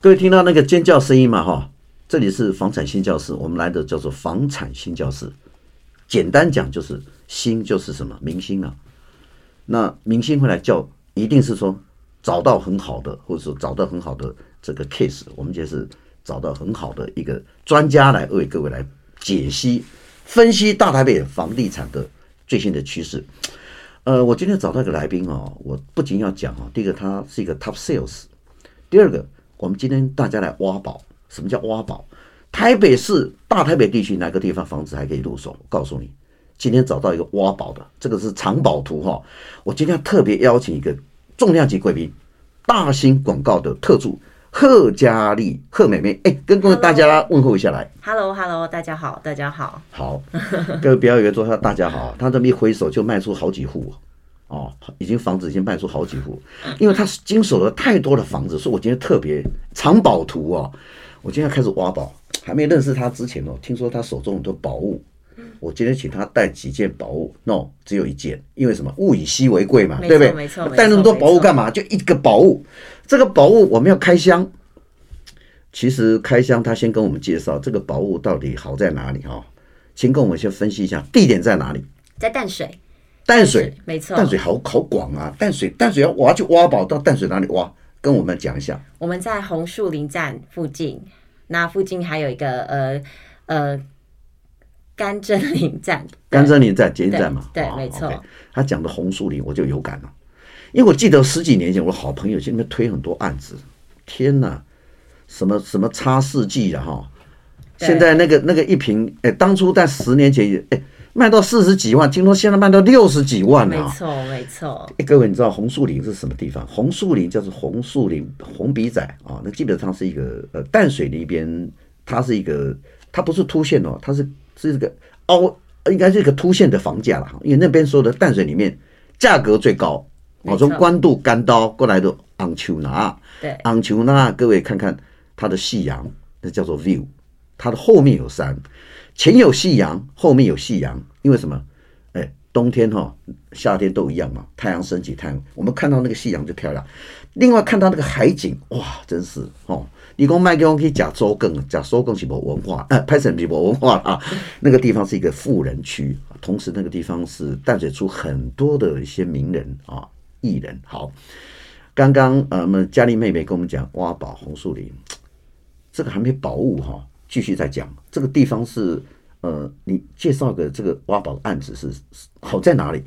各位听到那个尖叫声音嘛？哈，这里是房产新教室，我们来的叫做房产新教室。简单讲就是新就是什么明星啊？那明星会来叫，一定是说找到很好的，或者说找到很好的这个 case，我们就是找到很好的一个专家来为各位来解析、分析大台北房地产的最新的趋势。呃，我今天找到一个来宾哦，我不仅要讲哦，第一个他是一个 top sales，第二个我们今天大家来挖宝，什么叫挖宝？台北市大台北地区哪个地方房子还可以入手？我告诉你，今天找到一个挖宝的，这个是藏宝图哈、我今天特别邀请一个重量级贵宾，大型广告的特助贺佳丽贺美美，哎，跟各位大家问候一下来。 Hello Hello，大家好，大家好。好，各位不要以为说他大家好，他这么一挥手就卖出好几户哦，已经房子已经卖出好几户，因为他经手了太多的房子，所以我今天特别藏宝图哦，我今天要开始挖宝，还没认识他之前哦，听说他手中很多宝物。我今天请他带几件宝物，no，只有一件，因为什么？物以稀为贵嘛，没错对不对？没错没带那么多错宝物没错干嘛？就一个宝物，这个宝物我们要开箱，其实开箱他先跟我们介绍这个宝物到底好在哪里哈、哦，请跟我们先分析一下地点在哪里。在淡水，淡水，没错。淡水好好广啊，淡水淡水要挖去挖宝，到淡水哪里挖？跟我们讲一下。我们在红树林站附近，那附近还有一个呃呃甘蔗林站，甘蔗林站捷运站嘛，对对哦没错 OK 他讲的红树林我就有感了，因为我记得十几年前我的好朋友去那边推很多案子，天哪，什么什么差世纪啊哈，对现在那个那个一瓶，哎，当初在十年前也哎卖到四十几万，听说现在卖到六十几万没啊。错没错，哎，各位，你知道红树林是什么地方？红树林叫做红树林红鼻仔啊，那基本上是一个呃淡水那边，它是一个它不是凸线哦，它是是一个凹，应该是一个凸线的房价啦，因为那边所有的淡水里面价格最高。哦，没从错关渡干刀过来的昂丘拿，对昂丘那，各位看看它的夕阳，那叫做 view，它的后面有山，前有夕阳，后面有夕阳，因为什么？哎，冬天哈、夏天都一样嘛，太阳升起，太阳我们看到那个夕阳就漂亮。另外看到那个海景，哇，真是哦！你讲麦给我去假周更，假周更是没文化， 呃，拍成是没文化啊。那个地方是一个富人区，同时那个地方是淡水出很多的一些名人啊、艺人。好，刚刚呃，我们佳丽妹妹跟我们讲挖宝红树林，这个还没宝物哈、继续再讲。这个地方是呃，你介绍个这个挖宝的案子是是好在哪里？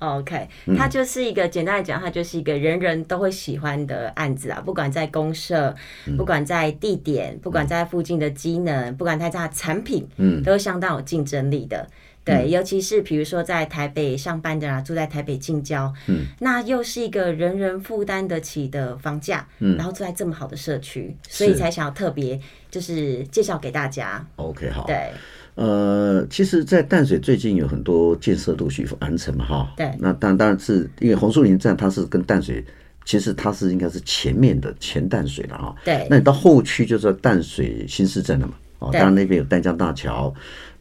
OK，它就是一个简单来讲，它就是一个人人都会喜欢的案子啊，不管在公社，不管在地点，不管在附近的机能，不管在它的产品，嗯，都是相当有竞争力的。对，尤其是比如说在台北上班的啊，住在台北近郊，嗯，那又是一个人人负担得起的房价，嗯，然后住在这么好的社区，所以是才想要特别就是介绍给大家。 OK，好，对，呃，其实，在淡水最近有很多建设陆续完成嘛，哈。对那当当然是因为红树林站，它是跟淡水，其实它是应该是前面的前淡水了哈。对那你到后区就是淡水新市镇了嘛，哦，对当然那边有淡江大桥、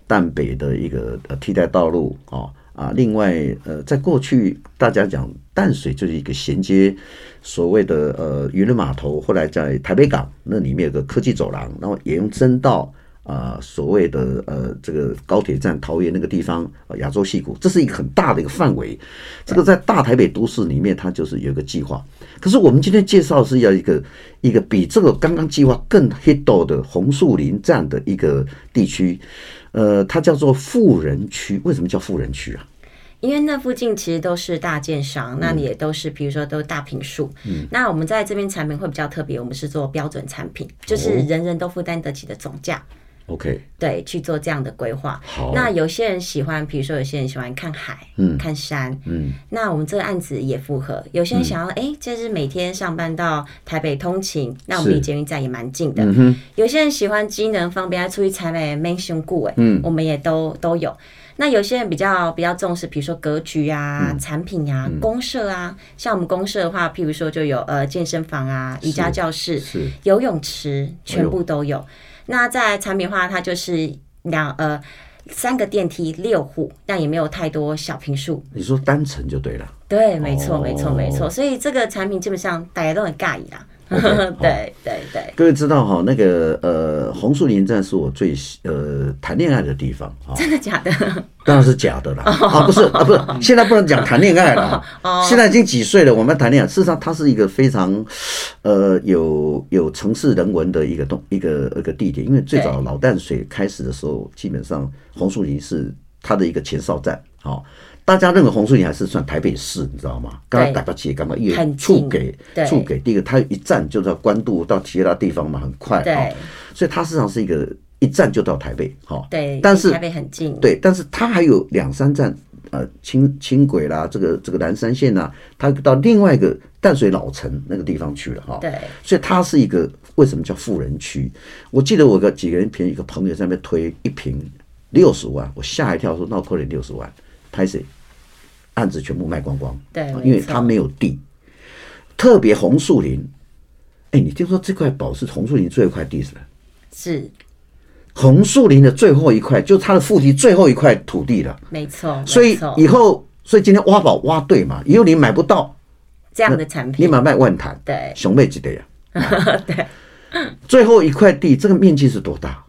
淡北的一个呃替代道路，哦啊，另外呃，在过去大家讲淡水就是一个衔接所谓的呃渔人码头，后来在台北港那里面有个科技走廊，然后沿用真道。啊、所谓的呃，这个高铁站桃园那个地方，呃亚洲戏谷，这是一个很大的一个范围。这个在大台北都市里面，它就是有一个计划。可是我们今天介绍是要一个一个比这个刚刚计划更 hit 到的红树林站的一个地区，呃，它叫做富人区。为什么叫富人区啊？因为那附近其实都是大建商，那也都是比如说都是大平数。那我们在这边产品会比较特别，我们是做标准产品，就是人人都负担得起的总价。 OK，对，去做这样的规划。好那有些人喜欢，比如说有些人喜欢看海，哦嗯，看山，嗯。那我们这个案子也符合。有些人想要，哎、就是每天上班到台北通勤，那我们是离捷运站也蛮近的。有些人喜欢机能方便，他出去采买 mansion 顾哎，嗯，我们也都都有。那有些人比较比较重视，比如说格局啊、产品啊、公社啊。像我们公社的话，譬如说就有呃健身房啊、瑜伽教室、是游泳池哎全部都有。那在产品化，它就是两呃三个电梯六户，但也没有太多小平数。你说单层就对了。对，没错，哦没错，没错。所以这个产品基本上大家都很尬意啦。 OK，好对对对，各位知道哈、那个呃，红树林站是我最喜呃谈恋爱的地方哈、真的假 的？当然是假的啦，哦啊不是啊 不是，现在不能讲谈恋爱了，现在已经几岁了，我们谈恋爱，事实上它是一个非常，呃有有城市人文的一个东一个一个地点，因为最早老淡水开始的时候，基本上红树林是它的一个前哨站，好、大家认为红树林还是算台北市，你知道吗？刚刚对台北市干嘛也很触近给对触给第一个，它一站就到关渡到其他地方嘛，很快啊、对所以它实际上是一个一站就到台北，哦哈、对，但离是台北很近，对，但是它还有两三站，呃，轻轻轨啦，这个这个南山线呐、啊它到另外一个淡水老城那个地方去了哈。对所以它是一个为什么叫富人区？我记得我个几个人便宜，一个朋友在那边推一瓶六十万，我吓一跳说那扣你六十万，拍谁？案子全部卖光光，对啊没因为错他没有地，特别红树林。哎，你听说这块宝是红树林最后一块地是吧？是红树林的最后一块，就是它的腹地最后一块土地了。没错，没所以错以后，所以今天挖宝挖对嘛，以后你买不到，这样的产你品，买卖万坛，对熊妹级啊的呀。 对，最后一块地，这个面积是多大？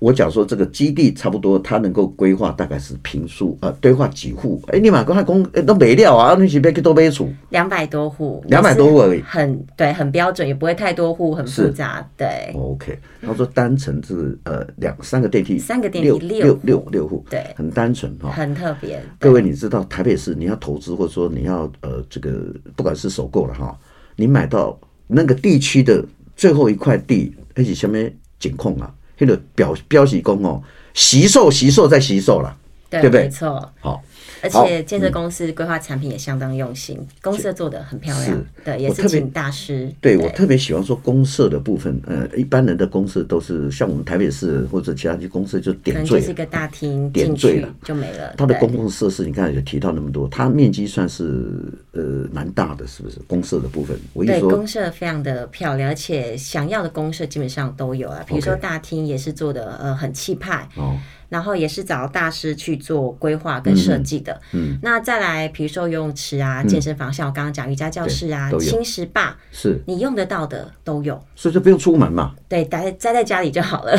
我讲说这个基地差不多，它能够规划大概是平数呃，规划几户？哎、你买光看公都没料啊，你是别去多买厝，两百多户， 200多户而已很对，很标准，也不会太多户，很复是杂，对哦 OK，他说单程是呃两三个电梯，三个电梯六六户六六户，对很单纯哈、很特别，哦各位，你知道台北市你要投资，或者说你要呃这个不管是首购了哈，你买到那个地区的最后一块地，而且下面检控啊，那个表标示公哦，惜售惜售再惜售了，对对不对没错，好，而好嗯且建设公司规划产品也相当用心，公司做的很漂亮是，对，也我是特别请大师，对我特别喜欢说公社的部分，呃，一般人的公社都是像我们台北市或者其他地公社就可点能缀就是一个大厅点进缀去了就没了，它的对公共设施，你刚才也提到那么多，它面积算是呃蛮大的，是不是？公社的部分，我一对，说公社非常的漂亮，而且想要的公社基本上都有啊。比如说大厅也是做的呃很气派，哦，然后也是找大师去做规划跟设计的。嗯，那再来比如说游泳池啊、健身房，像我刚刚讲瑜伽教室啊嗯对、都有轻食吧，是，你用得到的都有。所以就不用出门嘛，对，待待在家里就好了。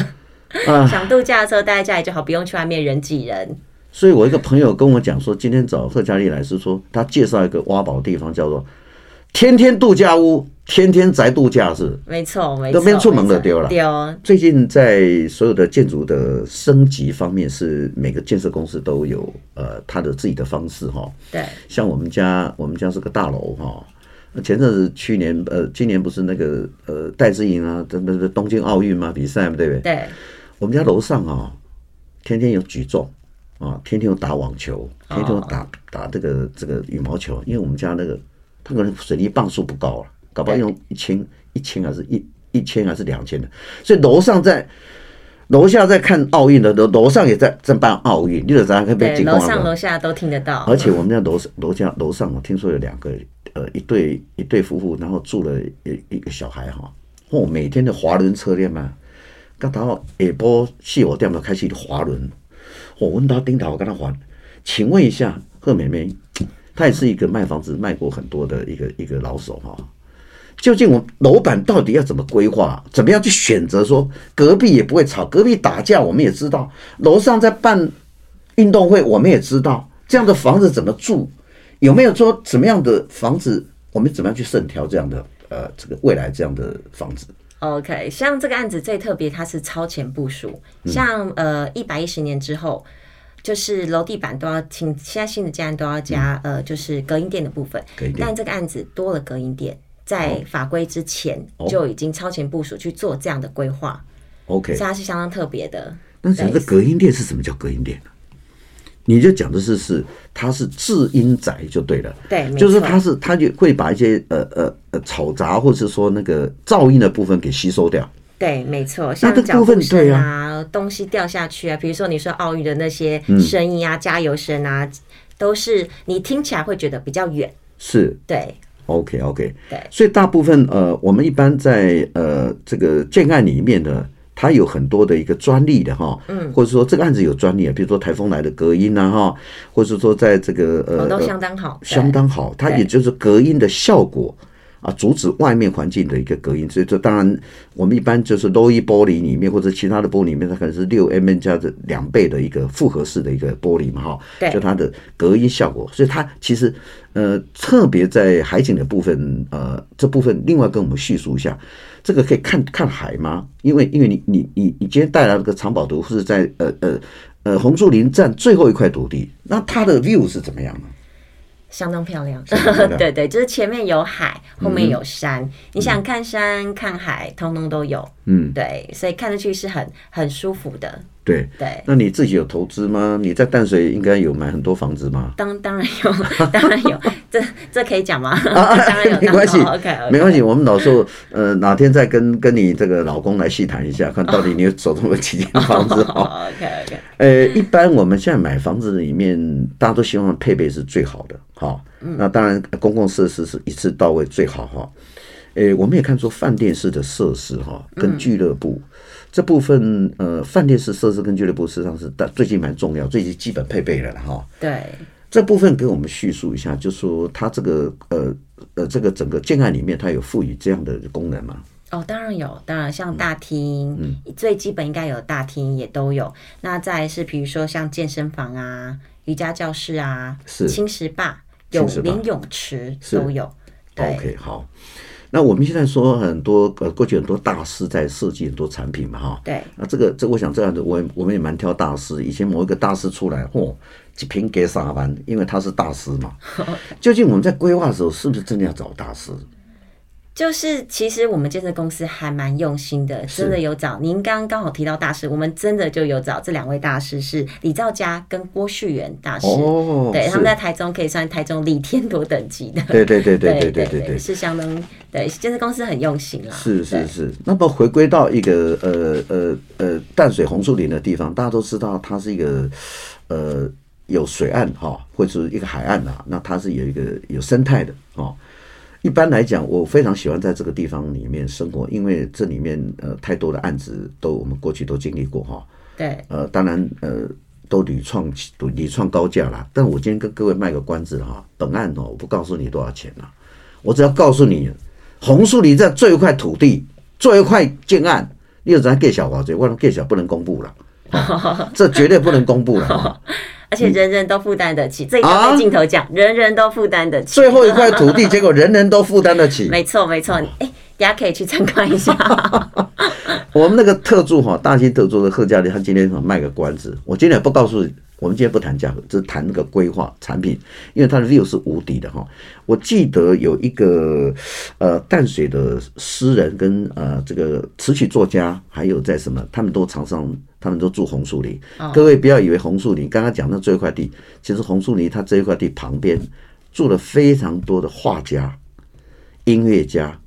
啊 想度假的时候待在家里就好，不用去外面人挤人。所以我一个朋友跟我讲说，今天找贺佳丽来是说，他介绍一个挖宝的地方，叫做天天度假屋，天天宅度假是。没错，没错，都不用出门了没错对了丢，最近在所有的建筑的升级方面，是每个建设公司都有呃他的自己的方式哈、对，像我们家，我们家是个大楼哈。前阵子去年呃，今年不是那个呃戴资颖啊，等等东京奥运嘛比赛嘛，对不对？对，我们家楼上啊、天天有举重啊，天天有打网球，啊天天有打、打这个这个羽毛球，因为我们家那个他可能水泥磅数不高了，搞不好用一千一千还是一一千还是两千的，所以楼上在。楼下在看奥运的，楼楼上也在在办奥运，你知道可以被对，警告楼了。上楼下都听得到。而且我们家楼上楼下楼上，我听说有两个呃一对一对夫妇，然后住了一一个小孩哈。哦，每天的滑轮车练嘛，刚到下波四五点就开始滑轮。哦我问他丁导，我跟他滑。请问一下，贺美美，她也是一个卖房子卖过很多的一个一个老手哈。究竟我们楼板到底要怎么规划？怎么样去选择？说隔壁也不会吵，隔壁打架我们也知道，楼上在办运动会，我们也知道这样的房子怎么住，有没有说怎么样的房子，我们怎么样去慎挑这样的呃这个未来这样的房子？ OK，像这个案子最特别，它是超前部署，嗯像呃一百一十年之后。就是楼地板都要清，现在新的家案都要加、呃，就是隔音垫的部分嗯隔音。垫哦但这个案子多了隔音垫，在法规之前就已经超前部署去做这样的规划， OK，所以它是相当特别的。那讲的隔音垫是什么叫隔音垫呢？你就讲的是是它是制音宅就对了，对没就是错它是它就会把一些呃呃呃嘈杂或者说那个噪音的部分给吸收掉。对，没错，像这个脚部分步声对啊、啊东西掉下去啊，比如说你说奥运的那些嗯声音啊、加油声啊，都是你听起来会觉得比较远。是对， OK OK，对所以大部分呃，我们一般在呃这个建案里面呢，它有很多的一个专利的哈，嗯，或者说这个案子有专利啊，比如说台风来的隔音啊哈，或者说在这个呃哦我都呃相当好，对相当好，它对也就是隔音的效果啊，阻止外面环境的一个隔音。所以这当然，我们一般就是 low E 玻璃里面或者其他的玻璃里面，它可能是六 mm 加的两倍的一个复合式的一个玻璃嘛，哈，对就它的隔音效果。所以它其实呃，特别在海景的部分，呃，这部分另外跟我们叙述一下。这个可以看看海吗？因为因为你你你你今天带来这个藏宝图是在呃呃呃红树林站最后一块土地，那它的 view 是怎么样呢？相当漂亮相当漂，亮嗯对 对，就是前面有海，后面有山，你想看山看海，通通都有，嗯，对，所以看上去是很很舒服的，对，对。那你自己有投资吗？你在淡水应该有买很多房子吗？当当然有， 当然有，这这可以讲吗？ 当然有，啊 没关系，OK，, o k 没关系，我们到时候呃哪天再跟跟你这个老公来细谈一下，看到底你有手中有几间房 子哦。 OK OK，呃，一般我们现在买房子里面，大家都希望配备是最好的，哈、嗯那当然，呃公共设施是一次到位最好哈。呃，我们也看出饭店式的设施哈，嗯跟俱乐部、这部分，呃，饭店式设施跟俱乐部实际上是大最近蛮重要，最近基本配备了啦哈。对，这部分给我们叙述一下，就说它这个呃呃这个整个建案里面，它有赋予这样的功能吗？哦，当然有，当然像大厅，嗯最基本应该有大厅也都有。那再来是比如说像健身房啊、瑜伽教室啊、是轻食吧、轻泳食吧连泳池是都有。对 OK，好。那我们现在说很多呃，过去很多大师在设计很多产品嘛，哈。对那这个这我想这样的，我也我们也蛮挑大师。以前某一个大师出来，嚯、几瓶给啥玩，因为他是大师嘛。究竟我们在规划的时候，是不是真的要找大师？就是其实我们建设公司还蛮用心的，真的有找您刚刚刚好提到大师，我们真的就有找这两位大师是李兆佳跟郭旭元大师。哦，对，是他们在台中可以算台中李天铎等级的，对对对对对对 对对对对。是相当对，建设公司很用心啦。是对是是，那么回归到一个呃呃呃淡水红树林的地方，大家都知道它是一个呃有水岸哈、或者是一个海岸啊，那它是有一个有生态的哦。一般来讲，我非常喜欢在这个地方里面生活，因为这里面呃太多的案子都我们过去都经历过哈、对，呃，当然呃，都屡创屡创高价啦。但我今天跟各位卖个关子哈、本案哦，我不告诉你多少钱啦、我只要告诉你，红树林在最后一块土地，最后一块建案，你有咱给小华这，我给小不能公布了、啊这绝对不能公布了、啊。而且人人都负担得起，这一定要啊对镜头讲，人人都负担得起。最后一块土地，结果人人都负担得起。没错，没错，哦哎，大家可以去参 观一下。我们那个特助哈，大兴特助的贺教练，他今天想卖个关子，我今天也不告诉你，我们今天不谈价格，只谈那个规划产品，因为它的 view 是无敌的哈。我记得有一个呃淡水的诗人跟呃这个词曲作家，还有在什么，他们都常常他们都住红树林。各位不要以为红树林，刚刚讲那这一块地，其实红树林它这一块地旁边住了非常多的画家、音乐家，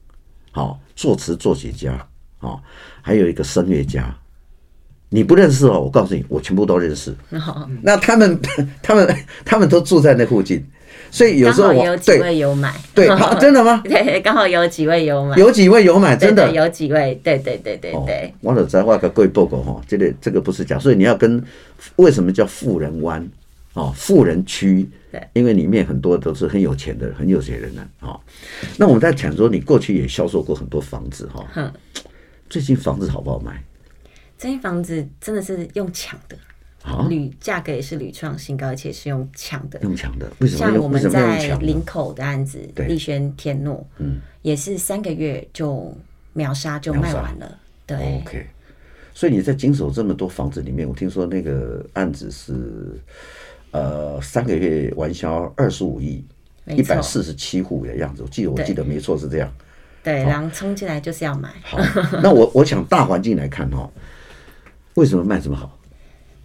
好、作词作曲家。哦，还有一个声乐家，你不认识哦，我告诉你，我全部都认识。哦嗯那他们、 他们、他们都住在那附近，所以有刚时候好也我有几对位有买， 哦对，啊，真的吗？对，刚好有几位有买，有几位有买，对真的对有几位，对对对对哦对，我的在外个贵报告哈，这个这个不是假，所以你要跟为什么叫富人湾哦，富人区对，因为里面很多都是很有钱的，很有钱人呢、啊。哦，那我们在讲说，你过去也销售过很多房子哈、哼最近房子好不好卖？这间房子真的是用抢的，啊，嗯屡价格也是屡创新高，而且是用抢的。用抢的，为什么像我用？为们什么要用在抢呢？林口的案子，对丽轩天诺，嗯，也是三个月就秒杀就卖完了，对， OK，所以你在经手这么多房子里面，我听说那个案子是呃三个月完销二十五亿，一没错百，四十七户的样子，我记得我对记得没错是这样。对，哦然后冲进来就是要买。好，那我我想大环境来看哦，为什么卖这么好？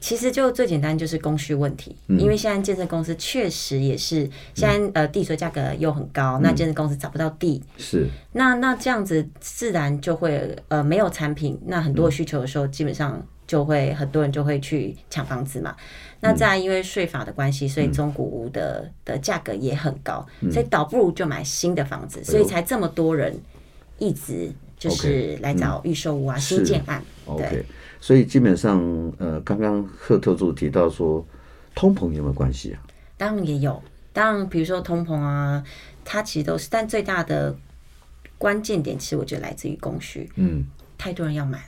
其实就最简单就是供需问题，因为现在建设公司确实也是现在、呃地税价格又很高，那建设公司找不到地，是那那这样子自然就会呃没有产品，那很多需求的时候，基本上就会很多人就会去抢房子嘛。那再来因为税法的关系，所以中古屋的的价格也很高，所以倒不如就买新的房子，所以才这么多人一直就是来找预售屋啊、新建案。对， OK，所以基本上呃，刚刚贺特助提到说，通膨有没有关系啊？当然也有，当然比如说通膨啊，它其实都是，但最大的关键点其实我觉得来自于供需，嗯，太多人要买了，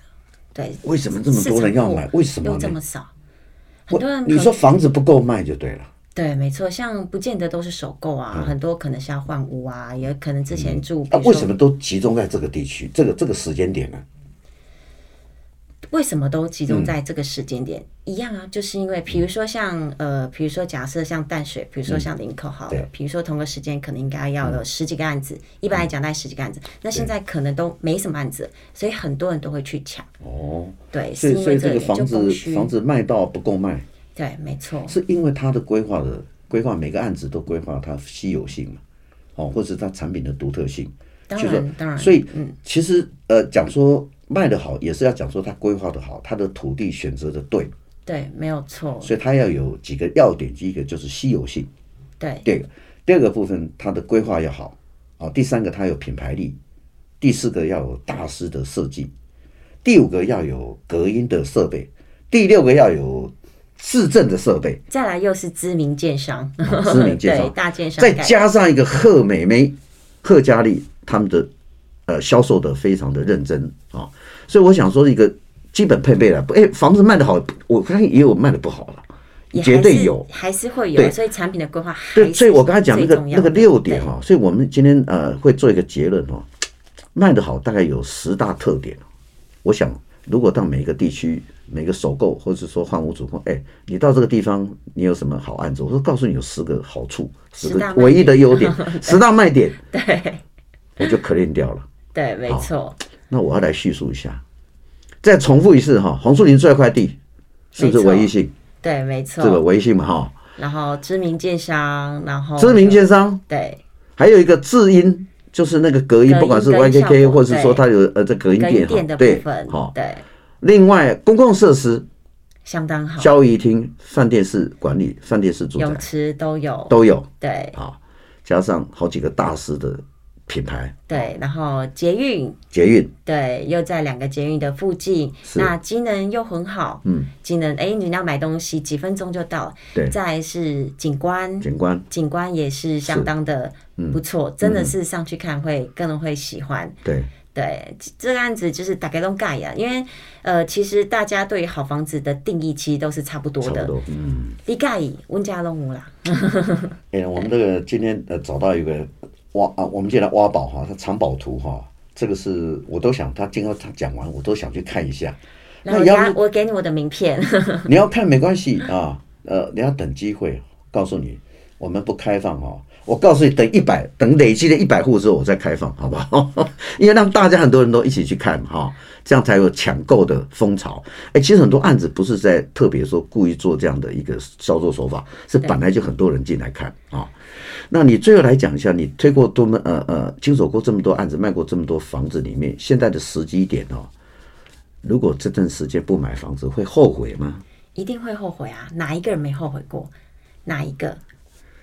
对，为什么这么多人要买市场部为什么呢又这么少？很我多人可你说房子不够卖就对了，对，没错，像不见得都是首购啊，很多可能是要换屋啊，也可能之前住，那、比如嗯啊为说什么都集中在这个地区，这个这个时间点呢？为什么都集中在嗯这个时间点？一样啊，就是因为比如说像呃，比如说假设像淡水，比如嗯说像林口好了，比如说同个时间可能应该要有十几个案子，一般来讲大概十几个案子，那现嗯在可能都没什么案子，所以很多人都会去抢。哦，对，所是以因所为以这个个原因房就子供需。房子卖到不够卖，对，没错，是因为它的规划的规划，每个案子都规划它稀有性嘛，哦，或是它产品的独特性，当就是然说，当然，嗯所以其实呃讲说卖得好，也是要讲说它规划的好，它的土地选择的对，对，没有错，所以它要有几个要点，第一个就是稀有性，对第二个第二个部分它的规划要好，哦，第三个它有品牌力，第四个要有大师的设计，第五个要有隔音的设备，第六个要有市政的设 备。再来又是知名建商，哦 知名建商对大建商再盖加上一个贺美眉、贺佳丽他们的呃销售的非常的认真啊、所以我想说一个基本配备了。哎，房子卖的好，我相信也有卖的不好了，也绝还对是有。还是会有，啊对所以产品的规划还对，是所以我刚才讲那个最重要那个的六点对哈、所以我们今天呃会做一个结论哦，卖的好大概有十大特点。哦我想，如果到每个地区、每个首购或者说换屋主控，哎，你到这个地方你有什么好案子？我说告诉你有十个好处，十十个大卖点唯一的 优点，十大卖点，对，我就 clean 掉了。对，哦没错，那我要来叙述一下，再重复一次哈、红树林这块地是不是没错唯一性？对，没错。这个唯一性嘛哈、然后知名建商，然后知名建商。对还有一个制音，就是那个隔音，隔音不管是跟效 YKK 果或是说它有呃这隔音跟垫店的哈，部对，分，好。对，另外，公共设施、相当好，交易厅、饭店式管理、饭店式住泳宅池都有，都有对啊，加上好几个大师的品牌，对，然后捷运。捷运对，又在两个捷运的附近，是那机能又很好，嗯，机能哎，你要买东西几分钟就到了，对再来是景观，景观景观也是相当的嗯不错，真的是上去看会更人会喜欢。对，对，这个案子就是大概都盖呀，因为呃，其实大家对于好房子的定义其实都是差不多差不的。多。嗯，你盖温家拢有啦，哎、我们这个今天呃找到一个挖啊，我们进来挖宝哈，它藏宝图哈，这个是我都想他今后他讲完我都想去看一下。然后要是压我给你我的名片， 你要看没关系啊，呃，你要等机会。告诉你，我们不开放哦。我告诉你，等一百，等累积了一百户之后，我再开放，好不好？ 因为让大家很多人都一起去看哈、这样才有抢购的风潮。哎，其实很多案子不是在特别说故意做这样的一个销售手法，是本来就很多人进来看啊、那你最后来讲一下，你推过多么呃呃，经手过这么多案子，卖过这么多房子里面，现在的时机点哦，如果这段时间不买房子，会后悔吗？一定会后悔啊！哪一个人没后悔过？哪一个？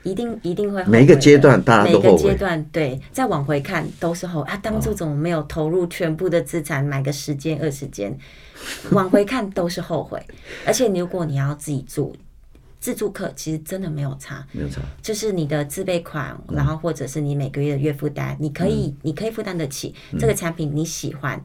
一定一定会后悔的每一个阶段大家每都一个后悔阶段对，再往回看都是后悔啊！当初怎么没有投入全部的资产买个十间二十间？往回看都是后悔，而且如果你要自己住，自住客其实真的没有差，没有错。就是你的自备款，嗯然后或者是你每个月的月负担，你可以你可以负担得起嗯这个产品，你喜欢，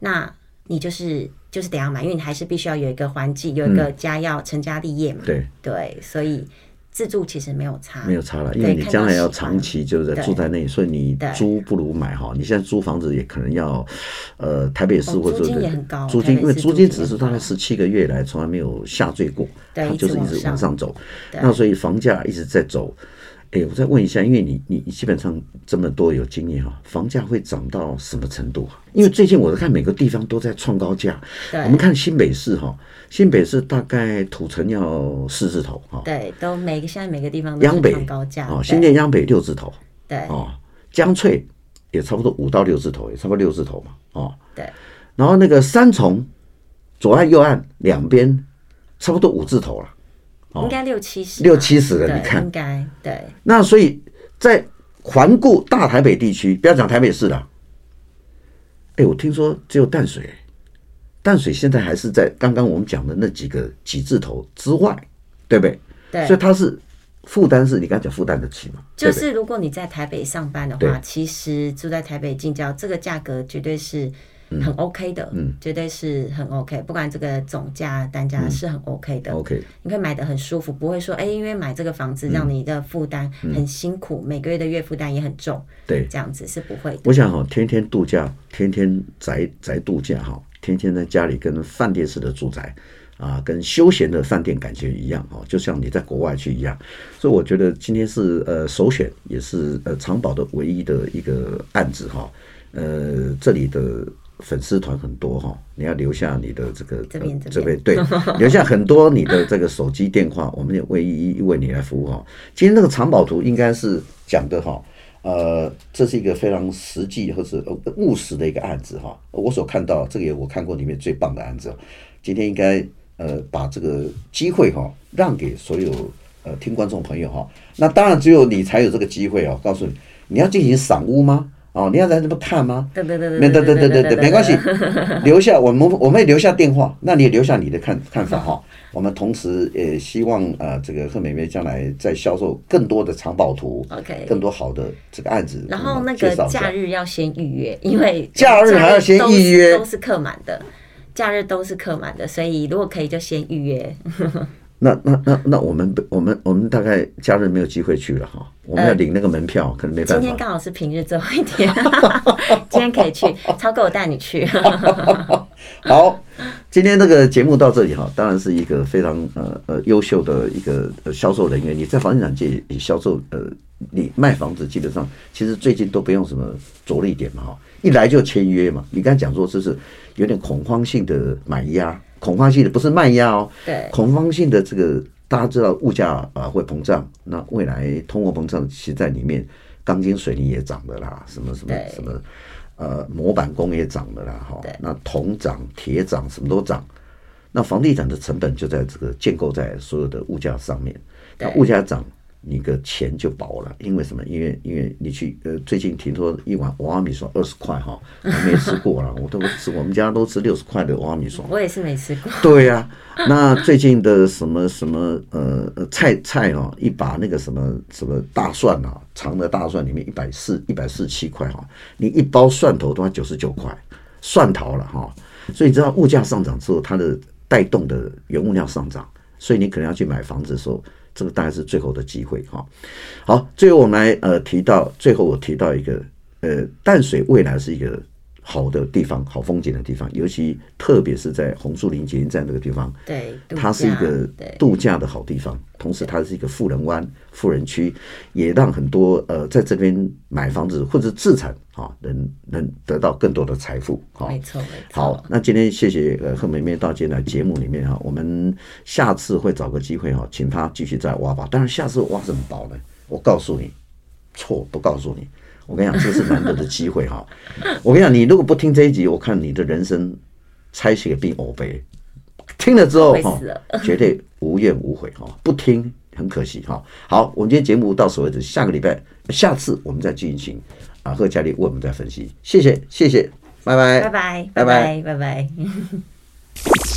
那你就是就是得要买，因为你还是必须要有一个环境，有一个家要成家立业嘛。嗯对，对，所以自住其实没有差，没有差了，对因为你看将到来要喜长欢期就是在住在那里，所以你对租不如买哈。你现在租房子也可能要，呃，台北市哦或者租金对也很高租台金北因为市租租金金只很是大概高十七个月来从来没有下坠过，对它一就直是一往直往上上走。对那所以房价一直在走。哎，我再问一下，因为你你你基本上这么多有经验哈，房价会涨到什么程度啊？因为最近我看每个地方都在创高价，对我们看新北市哈，新北市大概土城要四字头哈，对，都每个现在每个地方都央是北放高价，哦，对新店央北六字头，对哦，江翠也差不多五到六字头，也差不多六字头嘛，哦，对然后那个三重左岸右岸两边差不多五字头了，应该六七十吧，六七十了，对你看应，该对那所以在环顾大台北地区，不要讲台北市了，哎，我听说只有淡水，淡水现在还是在刚刚我们讲的那几个几字头之外，对不对？对所以它是负担是你刚才讲负担得起嘛？就对是如果你在台北上班的话，对其实住在台北近郊，这个价格绝对是很 OK 的，绝对是很 OK。不管这个总价单价是很 OK 的，不对 OK，你会买的很舒服，不会说哎、因为买这个房子让你的负担很辛苦，每个月的月负担也很重，对，这样子是不会的。我想哈、天天度假，天天宅宅度假哈、天天在家里跟饭店式的住宅啊，跟休闲的饭店感觉一样哈、就像你在国外去一样。所以我觉得今天是呃首选，也是呃长宝的唯一的一个案子哈、呃，这里的粉丝团很多哈、你要留下你的这个这边呃这边对， 留下很多你的这个手机电话，我们也为一一为你来服务哈、今天那个藏宝图应该是讲的哈、呃，这是一个非常实际或者呃务实的一个案子哈、我所看到这个也我看过里面最棒的案子、哦，今天应该呃把这个机会哈、让给所有呃听观众朋友哈、那当然只有你才有这个机会哦，告诉你你要进行赏屋吗？哦，你要在那边看吗？对对对没对，对对对对对，没关系 留下我们我们也留下电话，那你也留下你的看看法哈。我们同时也希望呃，这个贺美美将来在销售更多的藏宝图 OK 更多好的这个案子。然我后们那个介绍一下假日要先预约，因为假日还要先都是预约都是客满的，假日都是客满的，所以如果可以就先预约。那那那那我们我们我们大概假日没有机会去了哈，我们要领那个门票，可能没今办天法。刚好是平日最后一 天，今天可以去，超哥我带你去。好，今天这个节目到这里哈，当然是一个非常呃呃优秀的一个呃销售人员。你在房地产界也销售呃，你卖房子基本上其实最近都不用什么着力点嘛哈，一来就签约嘛。你刚才讲说这是有点恐慌性的买压，恐慌性的不是卖压哦，对恐慌性的这个大家知道物价啊、会膨胀，那未来通货膨胀其实在里面，钢筋水泥也涨的啦，什么什么对什么，呃，模板工也涨的啦，哈对，那铜涨、铁涨，什么都涨。那房地产的成本就在这个建构在所有的物价上面，那对物价涨，你的钱就薄了，因为什么？因为因为你去呃，最近听说一碗娃娃米爽二十块哈，我没吃过啦，我都不吃，我们家都吃六十块的娃娃米爽。我也是没吃过， 对呀、那最近的什么什么呃呃菜菜哦，一把那个什么什么大蒜啊，长的大蒜里面一百四一百四七块哈、哦你一包蒜头都要九十九块，蒜头了哈、所以你知道物价上涨之后，它的带动的原物料上涨，所以你可能要去买房子的时候，这个大概是最后的机会哈、好，最后我们来呃提到，最后我提到一个呃淡水未来是一个好的地方，好风景的地方，尤其特别是在红树林捷运站这个地方，对，度它是一假个对度假的好地方，同时它是一个富人湾、富人区，也让很多呃在这边买房子或者自产啊、能能得到更多的财富啊。没错没错。好，那今天谢谢呃贺美美到今天来节目里面哈、我们下次会找个机会哈、请她继续再挖宝。当然，下次挖什么宝呢？我告诉你，错不告诉你。我跟你讲，这是难得的机会哈、我跟你讲，你如果不听这一集，我看你的人生拆写并偶杯。听了之后会哈死了，绝对无怨无悔哈。不听很可惜哈。好，我们今天节目到此为止，下个礼拜下次我们再进行啊，贺佳丽为我哎们再分析。谢谢，谢谢，拜拜，拜拜拜拜拜拜拜拜。